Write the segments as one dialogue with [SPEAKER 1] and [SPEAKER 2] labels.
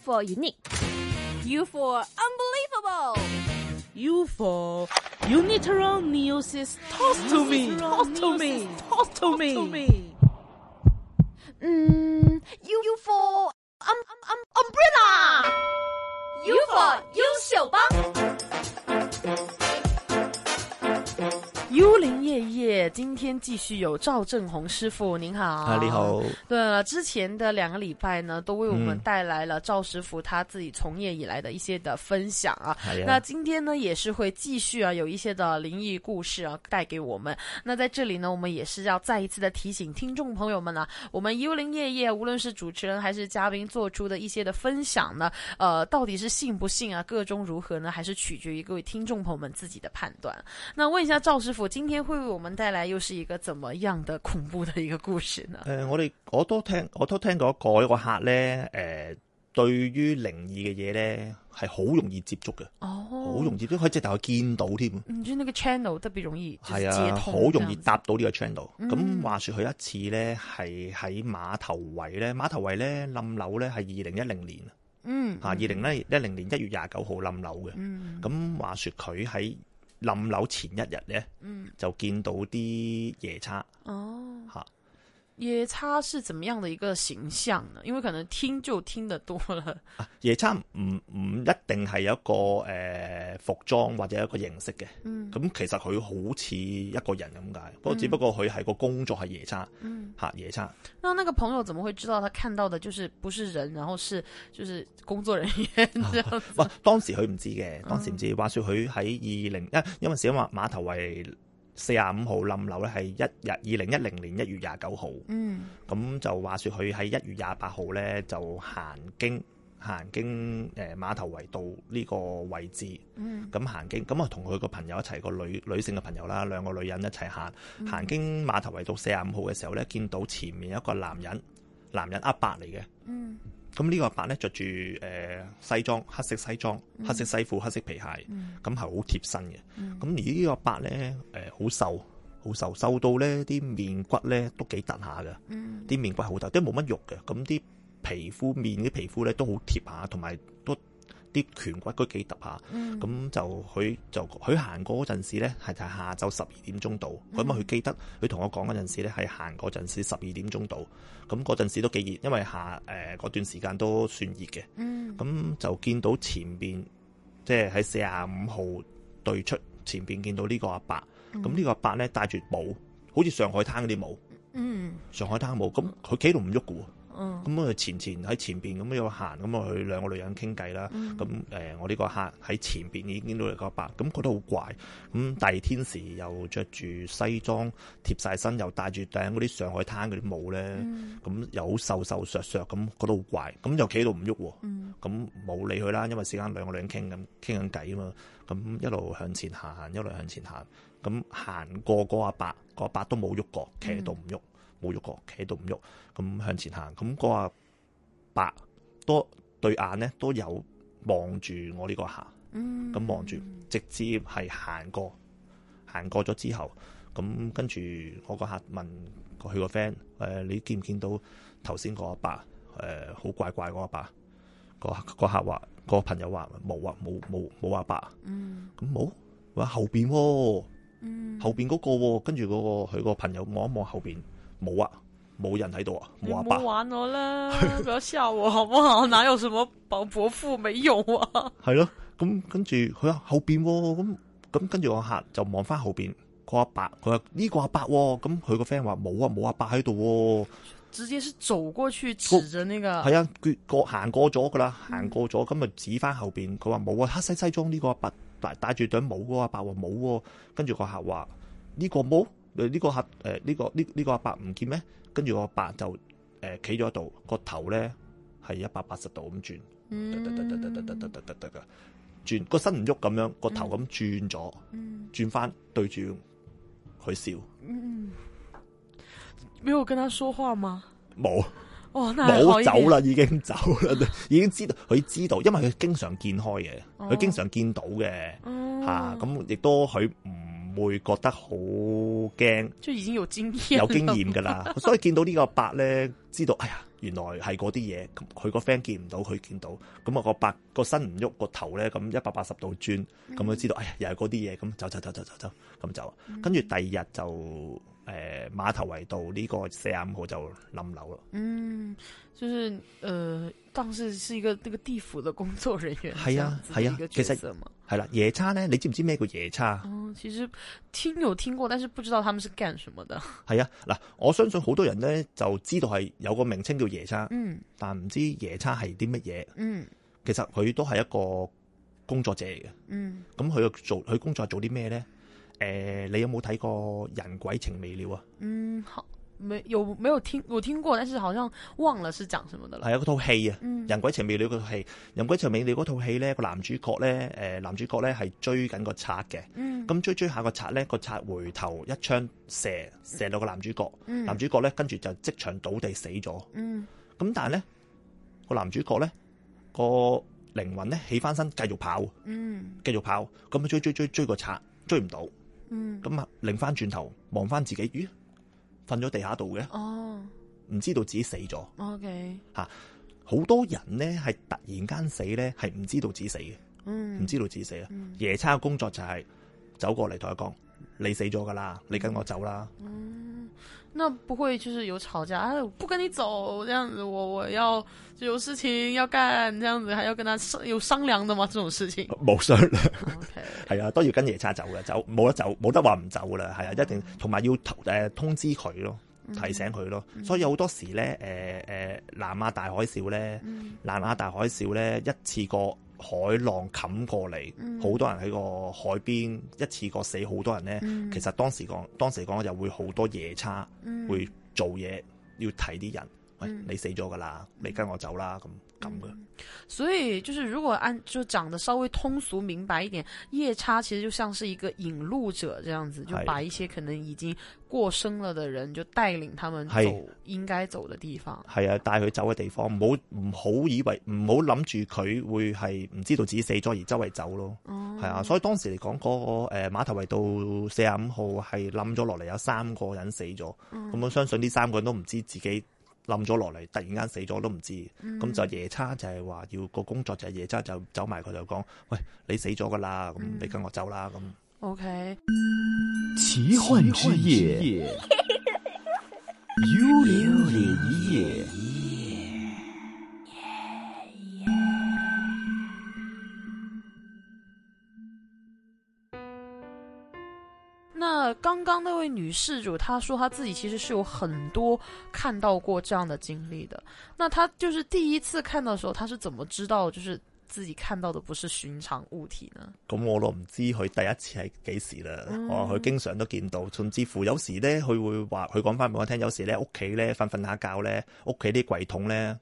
[SPEAKER 1] for unique, U for unbelievable,
[SPEAKER 2] U for uniteral meiosis. Toss to me. Toss to me. Toss to me.
[SPEAKER 1] 嗯，U U Mm, for um um um umbrella, U for 优秀帮。
[SPEAKER 2] 幽灵夜夜，今天继续有赵正红师傅，您好。
[SPEAKER 3] 啊，你好。。
[SPEAKER 2] 对了，之前的两个礼拜呢，都为我们
[SPEAKER 3] 嗯
[SPEAKER 2] 带来了赵师傅他自己从业以来的一些的分享啊。
[SPEAKER 3] 係
[SPEAKER 2] 那
[SPEAKER 3] 啊，
[SPEAKER 2] 今天呢，也是会继续啊，有一些的灵异故事啊，带给我们。那在这里呢，我们也是要再一次的提醒听众朋友们啊，我们幽灵夜夜，无论是主持人还是嘉宾做出的一些的分享呢，呃，到底是信不信啊，各中如何呢，还是取决于各位听众朋友们自己的判断。那问一下赵师傅，今天会为我们带来又是一个怎么样的恐怖的一个故事呢？
[SPEAKER 3] 诶、呃我哋我都聽我都聽過一個有個客咧，诶、對於靈異嘅嘢咧係好容易接觸嘅，
[SPEAKER 2] 哦，
[SPEAKER 3] 好容易都可以直頭係見到添。
[SPEAKER 2] 你就那个 channel 特别容易就是
[SPEAKER 3] 係
[SPEAKER 2] 接
[SPEAKER 3] 啊，
[SPEAKER 2] 通
[SPEAKER 3] 好容易搭到呢個 channel。咁、
[SPEAKER 2] 嗯
[SPEAKER 3] 話說佢一次咧，係喺碼頭圍咧，碼頭圍咧冧樓咧係二零一零年啊
[SPEAKER 2] 嗯
[SPEAKER 3] 嚇，二零咧一零年一月廿九號冧樓嘅。
[SPEAKER 2] 嗯
[SPEAKER 3] 咁話說佢喺冧樓前一日咧，
[SPEAKER 2] 嗯
[SPEAKER 3] 就見到啲夜叉
[SPEAKER 2] 哦，
[SPEAKER 3] 嚇。
[SPEAKER 2] 夜叉是怎么样的一个形象呢？因为可能听就听得多了，
[SPEAKER 3] 啊夜叉唔唔一定係有一個誒、呃服裝或者一個形式嘅，咁、
[SPEAKER 2] 嗯
[SPEAKER 3] 其實佢好似一個人咁解，不過只不過佢係個工作係夜叉
[SPEAKER 2] 嗯，
[SPEAKER 3] 嚇、夜叉，
[SPEAKER 2] 那那个朋友怎么会知道他看到的就是不是人，然后是就是工作人员这样 子？
[SPEAKER 3] 哇！當時佢唔知嘅，
[SPEAKER 2] 哦
[SPEAKER 3] 當時唔知，話說佢喺二零一，因為時因話碼頭圍四廿五號冧樓咧，係一日二零一零年一月廿九號，
[SPEAKER 2] 嗯
[SPEAKER 3] 咁就話說佢喺一月廿八號咧就行經行經誒碼頭圍道呢個位置。
[SPEAKER 2] 嗯
[SPEAKER 3] 咁行經，咁啊同佢個朋友一齊，個女女性嘅朋友啦，兩個女人一齊行，
[SPEAKER 2] 嗯
[SPEAKER 3] 行經碼頭圍到四十五號嘅時候咧，見到前面有一個男人，男人阿伯嚟嘅，
[SPEAKER 2] 嗯
[SPEAKER 3] 咁呢個阿伯咧着住誒西裝，黑色西裝，黑色西褲，黑色皮鞋，
[SPEAKER 2] 嗯
[SPEAKER 3] 咁係好貼身嘅。
[SPEAKER 2] 嗯
[SPEAKER 3] 咁而呢個阿伯咧誒好瘦，好瘦，瘦到咧啲面骨咧都幾突下嘅，
[SPEAKER 2] 嗯
[SPEAKER 3] 啲面骨好突，即係冇乜肉嘅，咁啲皮膚面啲皮膚咧都好貼下，同埋都啲拳骨都幾突下。
[SPEAKER 2] 嗯
[SPEAKER 3] 咁就佢就佢行過嗰陣時咧，係就係下晝十二點鐘到。咁啊，佢記得佢同我講嗰陣時咧，係行嗰陣時十二點鐘到。咁嗰陣時都幾熱，因為下誒嗰、段時間都算熱嘅。
[SPEAKER 2] 嗯
[SPEAKER 3] 咁就見到前邊，即係喺四廿五號對出前邊見到呢個阿伯。咁呢、個阿伯咧戴住帽，好似上海灘嗰啲帽，
[SPEAKER 2] 嗯
[SPEAKER 3] 上海灘帽。咁佢企喺度唔喐嘅喎。
[SPEAKER 2] 嗯
[SPEAKER 3] 咁佢前前喺前邊咁樣行，咁啊佢兩個女人傾偈啦。
[SPEAKER 2] 嗯
[SPEAKER 3] 咁誒、呃我呢個客喺前邊已經見到你個阿伯，咁覺得好怪。咁第二天時又着住西裝，貼晒身，又戴住頂嗰啲上海灘嗰啲帽咧，
[SPEAKER 2] 嗯
[SPEAKER 3] 咁、又好瘦瘦削削，咁覺得好怪。咁又企喺度唔喐喎。
[SPEAKER 2] 嗯
[SPEAKER 3] 咁冇理佢啦，因為時間兩個女人傾緊傾緊偈啊嘛，咁一路向前行，一路向前行，咁行過個阿伯，個阿伯都冇喐過，企喺度唔喐，冇喐過，企喺度唔喐，咁向前行，咁、個阿伯都對眼咧都有望住我呢個客，
[SPEAKER 2] 嗯
[SPEAKER 3] 咁望住，直接係行過，行過咗之後，咁跟住我個客問佢個 friend，誒你見唔見到頭先個阿伯？誒、好怪怪嗰阿伯，個客個客話個朋友話冇啊，冇冇冇阿伯，
[SPEAKER 2] 嗯
[SPEAKER 3] 咁冇，話後邊喎、
[SPEAKER 2] 嗯
[SPEAKER 3] 後邊嗰個喎、跟住嗰個佢個朋友望一望後邊冇啊，冇人喺度啊，
[SPEAKER 2] 你
[SPEAKER 3] 冇阿
[SPEAKER 2] 唔
[SPEAKER 3] 伯
[SPEAKER 2] 好。玩我啦， 不要吓我好不好？哪有什么保伯父没有啊？
[SPEAKER 3] 係咯，咁跟住佢話後邊喎，咁咁跟住我客就望翻後邊個阿伯，佢話呢個阿伯喎，咁佢個 friend 話冇啊，冇阿伯喺度
[SPEAKER 2] 直接是走过去指着那
[SPEAKER 3] 喎，
[SPEAKER 2] 个，
[SPEAKER 3] 係啊，佢過行過咗噶啦，行過咗，咁咪指翻後邊，佢話冇啊，黑西西裝呢個阿伯戴戴住頂帽嗰個阿伯話冇喎，跟住個客話呢個冇，誒呢個客誒呢個呢呢個阿伯唔見咩？跟住個阿伯就誒企咗喺度，個頭咧係一百八十度咁轉。得得得得得得得得得得得，轉個身唔喐咁樣，個頭咁轉咗，
[SPEAKER 2] 嗯
[SPEAKER 3] 轉翻對住佢笑，
[SPEAKER 2] 嗯，没有跟他说话吗？
[SPEAKER 3] 冇
[SPEAKER 2] 哦，那还好
[SPEAKER 3] 冇
[SPEAKER 2] 一
[SPEAKER 3] 走
[SPEAKER 2] 点。
[SPEAKER 3] 啦，已經走啦， 已經知道佢知道，因為佢經常見開嘅，
[SPEAKER 2] 哦
[SPEAKER 3] 佢經常見到嘅
[SPEAKER 2] 嗯
[SPEAKER 3] 嚇，咁亦都佢唔會覺得好驚，
[SPEAKER 2] 就已经有经验，
[SPEAKER 3] 有經驗噶啦，所以見到呢個伯咧，知道哎呀原來係嗰啲嘢，咁佢個 friend 見唔到，佢見到，咁啊個白個身唔喐，個頭咧咁一百八十度轉，咁佢知道，哎呀，又係嗰啲嘢，咁走走走走走走，咁走，跟住第二日就誒、呃、馬頭圍道呢個四廿五號就冧樓咯，
[SPEAKER 2] 嗯，就是呃，当时是一个那个地府的工作人员，
[SPEAKER 3] 是啊
[SPEAKER 2] 这样子的
[SPEAKER 3] 是啊
[SPEAKER 2] 一个
[SPEAKER 3] 其
[SPEAKER 2] 角
[SPEAKER 3] 实
[SPEAKER 2] 色嘛。
[SPEAKER 3] 係啦，夜叉咧，你知唔知咩叫夜叉？
[SPEAKER 2] 哦，其实听有听过，但是不知道他们是干什么的。
[SPEAKER 3] 係啊，嗱，我相信好多人咧就知道係有個名稱叫夜叉，
[SPEAKER 2] 嗯
[SPEAKER 3] 但唔知夜叉係啲乜嘢。
[SPEAKER 2] 嗯
[SPEAKER 3] 其實佢都係一個工作者嚟嘅。
[SPEAKER 2] 嗯，
[SPEAKER 3] 咁佢做佢工作係做啲咩咧？诶、你有冇睇過《人鬼情未了》啊？
[SPEAKER 2] 嗯，好，没有没有听我听过，但是好像忘了是讲什么的了。
[SPEAKER 3] 係有嗰套戲啊，
[SPEAKER 2] 嗯
[SPEAKER 3] 人鬼情未了》嗰套戲，《人鬼情未了》嗰套戲咧，個男主角咧，诶、男主角咧係追緊個賊嘅。
[SPEAKER 2] 嗯
[SPEAKER 3] 咁追追下個賊咧，個賊回頭一槍射射到個男主角，
[SPEAKER 2] 嗯
[SPEAKER 3] 男主角咧跟住就即場倒地死咗。
[SPEAKER 2] 嗯
[SPEAKER 3] 咁但係咧，個男主角咧個靈魂咧起翻身，繼續跑，
[SPEAKER 2] 嗯
[SPEAKER 3] 繼續跑，咁啊佢追追追追個賊，追唔到，
[SPEAKER 2] 嗯，
[SPEAKER 3] 咁啊擰翻轉頭望翻自己，咦，瞓咗地下度嘅，
[SPEAKER 2] 哦
[SPEAKER 3] 唔知道自己死咗。
[SPEAKER 2] ，OK，
[SPEAKER 3] 好多人咧係突然間死咧，係唔知道自己死嘅，唔
[SPEAKER 2] 嗯
[SPEAKER 3] 知道自己死啊。
[SPEAKER 2] 嗯
[SPEAKER 3] 夜叉嘅工作就係走過嚟同佢講：你死咗噶啦，你跟我走啦。
[SPEAKER 2] 嗯，那不会就是有吵架？哎，我不跟你走，这样子我我要就有事情要干，这样子还要跟他商有商量的吗？这种事情
[SPEAKER 3] 冇商量。
[SPEAKER 2] ，OK，
[SPEAKER 3] 係啊，都要跟夜叉走嘅，走冇得走，冇得話唔走噶啦，係啊，一定同埋要誒通知佢咯，提醒佢咯。所以有好多時咧，誒誒南亞大海嘯咧，南亞大海嘯咧一次過海浪冚過嚟，好多人喺個海邊一次過死好多人咧。其實當時講當時講就會好多夜叉會做嘢，要提啲人，喂你死咗噶啦，你跟我走啦咁咁嘅。
[SPEAKER 2] 所以就是如果按就讲的稍微通俗明白一点，夜叉其实就像是一个引路者这样子，就
[SPEAKER 3] 哎
[SPEAKER 2] 把一些可能已经过生了的人，就带领他们
[SPEAKER 3] 哎
[SPEAKER 2] 走应该走的地方。
[SPEAKER 3] 係啊，帶佢走嘅地方，唔好唔好以為唔好諗住佢會係唔知道自己死咗而周圍走咯。
[SPEAKER 2] 哦，
[SPEAKER 3] 係啊，所以當時嚟講，嗰、個呃碼頭圍道四廿五號係冧咗落嚟，有三個人死咗。咁、我相信呢三個人都唔知自己冧咗落嚟，突然間死咗都唔知。咁、就夜叉就係話要個工作就係夜叉就走埋佢就講：喂，你死咗㗎啦，咁你跟我走啦咁。
[SPEAKER 2] OK，
[SPEAKER 4] 奇幻之夜，幽灵夜。
[SPEAKER 2] 那刚刚那位女事主，她说她自己其实是有很多看到过这样的经历的。那她就是第一次看到的时候，她是怎么知道就是自己看到的不是寻常物体呢？
[SPEAKER 3] 咁我都唔知佢第一次係幾時啦。我話佢經常都見到，甚至乎有時咧，佢會話佢講翻俾我聽，有時咧屋企咧瞓瞓下覺咧，屋企啲櫃桶咧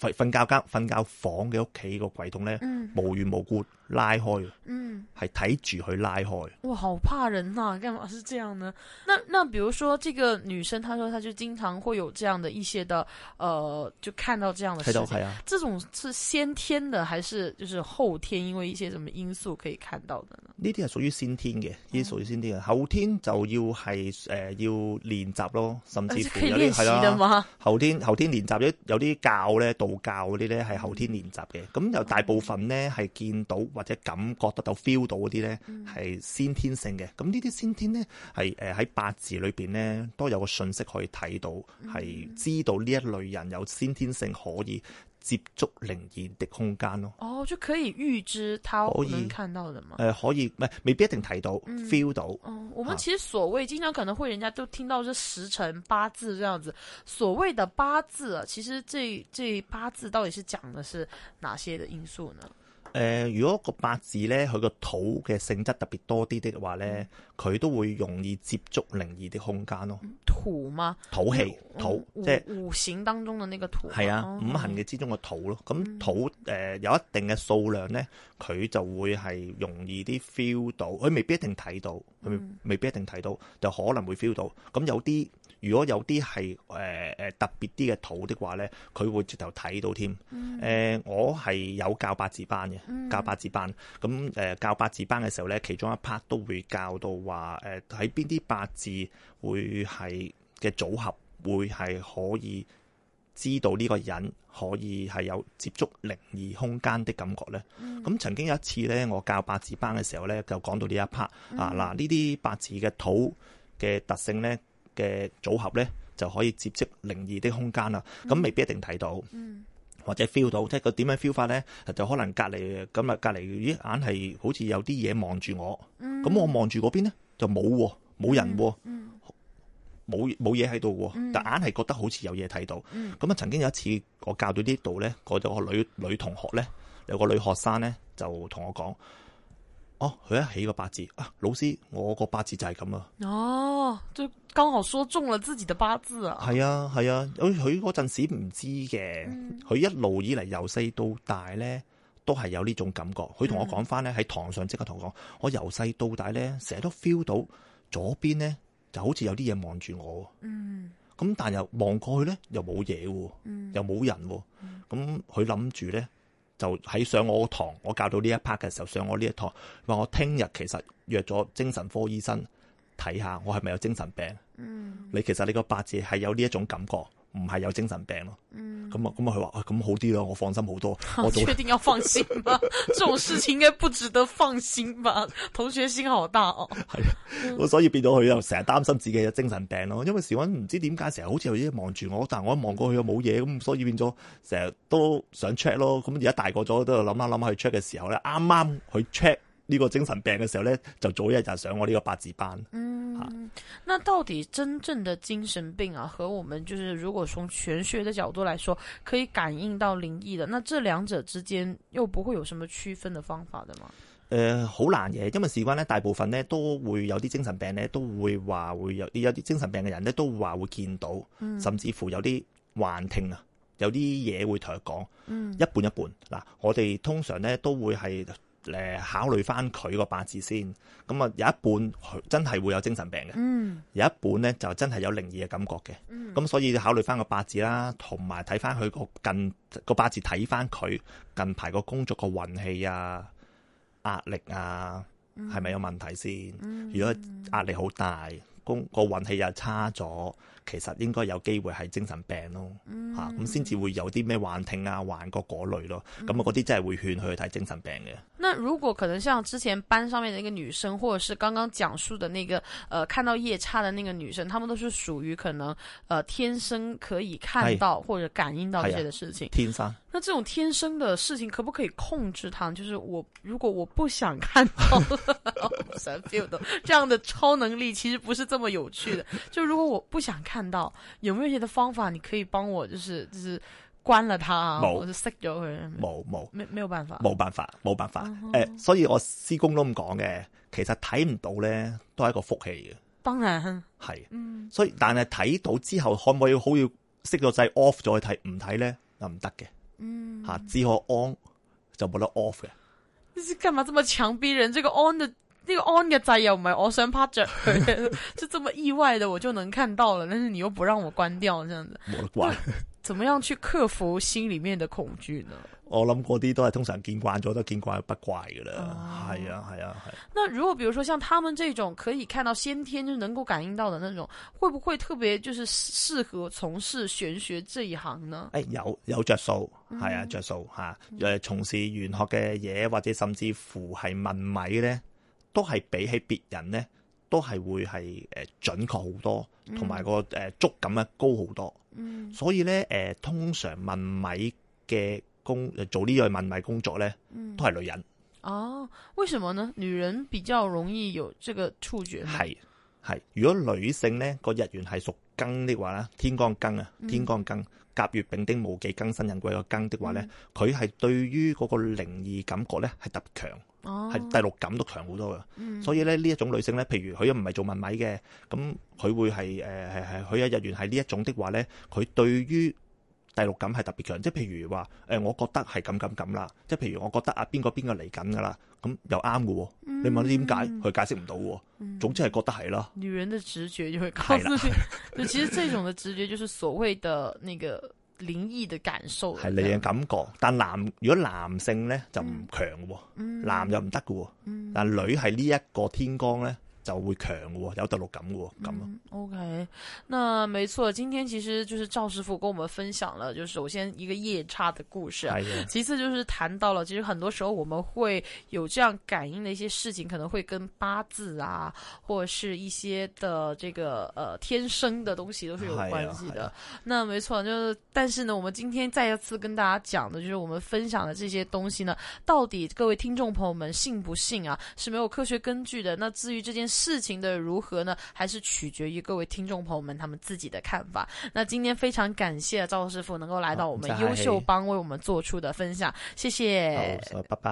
[SPEAKER 3] 瞓瞓覺間瞓覺房嘅屋企個櫃桶咧，無緣無故拉開，
[SPEAKER 2] 嗯，
[SPEAKER 3] 係睇住佢拉開。
[SPEAKER 2] 哇，好怕人呐、干嘛是这样呢？那那比如说这个女生，她说她就经常会有这样的一些的呃，就看到这样的事
[SPEAKER 3] 睇到
[SPEAKER 2] 情。
[SPEAKER 3] 係啊，
[SPEAKER 2] 这种是先天的还是就是后天因为一些什么因素可以看到的呢？
[SPEAKER 3] 呢啲係屬於先天嘅，呢啲屬於先天嘅，後天就要係誒、呃要練習咯，甚
[SPEAKER 2] 呃
[SPEAKER 3] 至
[SPEAKER 2] 是
[SPEAKER 3] 乎
[SPEAKER 2] 可以
[SPEAKER 3] 有
[SPEAKER 2] 练
[SPEAKER 3] 啲
[SPEAKER 2] 习
[SPEAKER 3] 係
[SPEAKER 2] 的
[SPEAKER 3] 啦。
[SPEAKER 2] 吗？
[SPEAKER 3] 後天後天練習有啲有啲教咧，道教嗰啲咧係後天練習嘅。咁有大部分咧係見到或者感覺得到 feel 到嗰啲咧係先天性嘅。咁呢啲先天咧係誒喺八字裏邊咧都有個訊息可以睇到，係知道呢一類人有先天性可以接觸靈異的空間咯。
[SPEAKER 2] 哦，就可以预知他
[SPEAKER 3] 可以
[SPEAKER 2] 能看到的嘛
[SPEAKER 3] 誒、。可以唔係未必一定睇到 feel 到。
[SPEAKER 2] 哦，我们
[SPEAKER 3] 啊
[SPEAKER 2] 其实所谓经常可能会人家都听到这时辰八字这样子，所谓的八字啊，其实这这八字到底是讲的是哪些的因素呢？
[SPEAKER 3] 誒、如果個八字咧，佢個土嘅性質特別多啲的話咧，佢都會容易接觸靈異的空間咯。
[SPEAKER 2] 土吗？
[SPEAKER 3] 土氣
[SPEAKER 2] 嗯
[SPEAKER 3] 土，
[SPEAKER 2] 五
[SPEAKER 3] 即係
[SPEAKER 2] 五行當中的那個土嘛。
[SPEAKER 3] 係啊
[SPEAKER 2] 哦，
[SPEAKER 3] 五行嘅之中嘅土咯。咁土誒有一定嘅數量咧，佢就會係容易啲 feel 到，佢未必一定睇到，佢未未必一定睇到，就可能會 feel 到。咁有啲如果有啲係誒誒特別啲嘅土的話咧，佢會直頭睇到添。誒、呃我係有教八字班嘅，教八字班。咁誒、教八字班嘅時候咧，其中一 part 都會教到話誒喺邊啲八字會係嘅組合會係可以。知道呢個人可以係有接觸靈異空間的感覺呢？咁、曾經有一次呢，我教八字班嘅時候呢，就講到呢一 part、啊嗱，呢啲八字嘅土嘅特性呢嘅組合呢，就可以接觸靈異的空間啦。咁未必一定睇到。或者 feel 到，即係佢點樣 feel 法咧？就可能隔離咁啊，隔離咦硬係好似有啲嘢望住我，咁、我望住嗰邊咧就冇喎，冇人喎，冇冇嘢喺度喎，但硬係覺得好似有嘢睇到。咁啊、曾經有一次我教到呢度咧，我有個女女同學咧，有個女學生咧就同我講：哦，佢一起個八字啊，老師，我個八字就係咁啊。
[SPEAKER 2] 哦，就刚好说中了自己的八字啊。
[SPEAKER 3] 係啊係啊，佢佢嗰陣時唔知嘅，
[SPEAKER 2] 嗯
[SPEAKER 3] 佢、一路以嚟由細到大咧。都係有呢種感覺，佢
[SPEAKER 2] 嗯
[SPEAKER 3] 同我講翻咧喺堂上即刻同我講，我由細到大咧，成日都 feel 到左邊咧就好似有啲嘢望住我喎，
[SPEAKER 2] 嗯
[SPEAKER 3] 咁但又望過去咧又冇嘢喎，
[SPEAKER 2] 嗯
[SPEAKER 3] 又冇人喎，咁佢諗住咧就喺上我個堂，我教到呢一 part 嘅時候上我呢一堂，話我聽日其實約咗精神科醫生睇下我係咪有精神病。
[SPEAKER 2] 嗯
[SPEAKER 3] 你其實你個八字係有呢一種感覺，唔係有精神病咯。
[SPEAKER 2] 嗯，
[SPEAKER 3] 咁啊，咁啊，佢話啊，咁好啲咯，我放心好 多。我早
[SPEAKER 2] 确定要放心 吗？这种事情应该不值得放心吧？同学心好大哦。
[SPEAKER 3] 我所以變咗佢又成日擔心自己有精神病咯。因為時温唔知點解成日好似有嘢望住我，但我一望過去又冇嘢，咁所以變咗成日都想 check 咯。咁而家大個咗，都有諗下諗下去 check 嘅時候咧，啱啱去 check 呢個精神病嘅時候咧，就早一日上我呢個八字班。
[SPEAKER 2] 嗯，那到底真正的精神病啊，和我们就是如果从玄学的角度来说，可以感应到灵异的，那这两者之间又不会有什么区分的方法的吗？
[SPEAKER 3] 誒呃好、難嘅，因為事關咧，大部分咧都會有啲精神病咧，都會話會有啲有啲精神病嘅人咧，都話會見到，甚至乎有啲幻聽啊，有啲嘢會同佢講，一半一半。嗱，我哋通常咧都會係誒、呃考慮翻佢個八字先，咁啊有一半佢真係會有精神病嘅，
[SPEAKER 2] 嗯
[SPEAKER 3] 有一半咧就真係有靈異嘅感覺嘅。咁所以考慮翻個八字啦，同埋睇翻佢個近個八字睇翻佢近排個工作個運氣啊、壓力啊，係咪有問題先？如果壓力好大，工個運氣又差咗，其實應該有機會係精神病咯，嚇咁先至會有啲咩幻聽啊、幻覺嗰類咯。咁啊嗰啲真係會勸佢去睇精神病嘅。
[SPEAKER 2] 那如果可能像之前班上面的那个女生，或者是刚刚讲述的那个呃看到夜叉的那个女生，她们都是属于可能呃天生可以看
[SPEAKER 3] 哎
[SPEAKER 2] 到或者感应到
[SPEAKER 3] 哎
[SPEAKER 2] 这
[SPEAKER 3] 呀
[SPEAKER 2] 些的事情。
[SPEAKER 3] 天生
[SPEAKER 2] 那这种天生的事情可不可以控制它呢？就是我如果我不想看到， 哦我不想 feel 到这样的超能力，其实不是这么有趣的。就如果我不想看到，有没有一些的方法，你可以帮我，就是就是关了它啊，
[SPEAKER 3] 冇
[SPEAKER 2] 我就熄咗佢，
[SPEAKER 3] 冇冇。
[SPEAKER 2] 没没有办法。
[SPEAKER 3] 冇辦法，冇辦法。誒、所以我師公都咁講嘅，其實睇唔到咧，都係一個福氣
[SPEAKER 2] 当然，
[SPEAKER 3] 嘅，係。
[SPEAKER 2] 嗯
[SPEAKER 3] 所以但係睇到之後，可唔可以好要熄咗掣 off 咗去睇？唔睇咧又唔得嘅，
[SPEAKER 2] 嗯，
[SPEAKER 3] 嚇、只可 on 就冇得 off 嘅。
[SPEAKER 2] 就是干嘛这么强逼人？这个 on 的。那个 on 的掣又唔系我想拍着佢 嘅，就这么意外的我就能看到了，但是你又不让我关掉，这样子。
[SPEAKER 3] 冇得 怪。
[SPEAKER 2] 怎么样去克服心里面的恐惧呢？
[SPEAKER 3] 我諗嗰啲都係通常見慣咗，都見慣不怪㗎
[SPEAKER 2] 哦
[SPEAKER 3] 啦。係、啊，係啊，係。
[SPEAKER 2] 那如果比如说像他们这种可以看到先天就能够感应到的那种，会不会特别就是适合从事玄学这一行呢？
[SPEAKER 3] 誒有有着數，係
[SPEAKER 2] 嗯
[SPEAKER 3] 啊着數嚇。誒從事玄學嘅嘢，或者甚至乎係問米咧，都係比起別人咧，都係會係誒準確好多，同埋個誒觸感咧高好多。
[SPEAKER 2] 嗯
[SPEAKER 3] 所以咧誒、通常問米嘅工做呢樣問米工作咧，
[SPEAKER 2] 嗯
[SPEAKER 3] 都係女人，
[SPEAKER 2] 哦，为什么呢？女人比较容易有这个触觉嘛。
[SPEAKER 3] 係係。如果女性咧個日元係屬庚的話咧，天干庚啊，天干庚。甲乙丙丁戊己庚辛壬癸個庚的話咧，佢係對於嗰個靈異感覺咧係特別強。
[SPEAKER 2] 哦，
[SPEAKER 3] 係第六感都強好多嘅。所以咧呢一種女性咧，譬如佢又唔係做問米嘅，咁佢會係誒係係佢喺日元係呢一種的話咧，佢對於第六感係特別強，即係譬如話誒、我覺得係咁咁咁啦，即係譬如我覺得啊邊個邊個嚟緊㗎啦，咁又啱嘅喎。你問佢點解，佢解釋唔到喎。總之係覺得係啦，
[SPEAKER 2] 女人的直觉就会告诉你， 就其实这种的直觉就是所谓的那个灵异的感受了。
[SPEAKER 3] 係你
[SPEAKER 2] 这
[SPEAKER 3] 嘅
[SPEAKER 2] 样
[SPEAKER 3] 感覺。但男如果男性咧就唔強喎，男又唔得嘅喎，但女係呢一個天光咧就會強嘅喎，有第六感嘅喎，咁咯。
[SPEAKER 2] 嗯 OK，那没错，今天其实就是赵师傅跟我们分享了，就是首先一个夜叉的故事，啊
[SPEAKER 3] 係啊嘅，
[SPEAKER 2] 其次就是谈到了，其实很多时候我们会有这样感应的一些事情，可能会跟八字啊，或者是一些的这个呃天生的东西都是有关系
[SPEAKER 3] 哎
[SPEAKER 2] 的。
[SPEAKER 3] 呀
[SPEAKER 2] 那没错，就是但是呢，我们今天再一次跟大家讲的就是我们分享的这些东西呢，到底各位听众朋友们信不信啊，是没有科学根据的。那至于这件事情的如何呢，还是取决于各位听众朋友们他们自己的看法。那今天非常感谢赵师傅能够来到我们
[SPEAKER 3] 好再
[SPEAKER 2] 优秀
[SPEAKER 3] 见
[SPEAKER 2] 帮为我们做出的分享，谢谢。
[SPEAKER 3] 好，拜拜。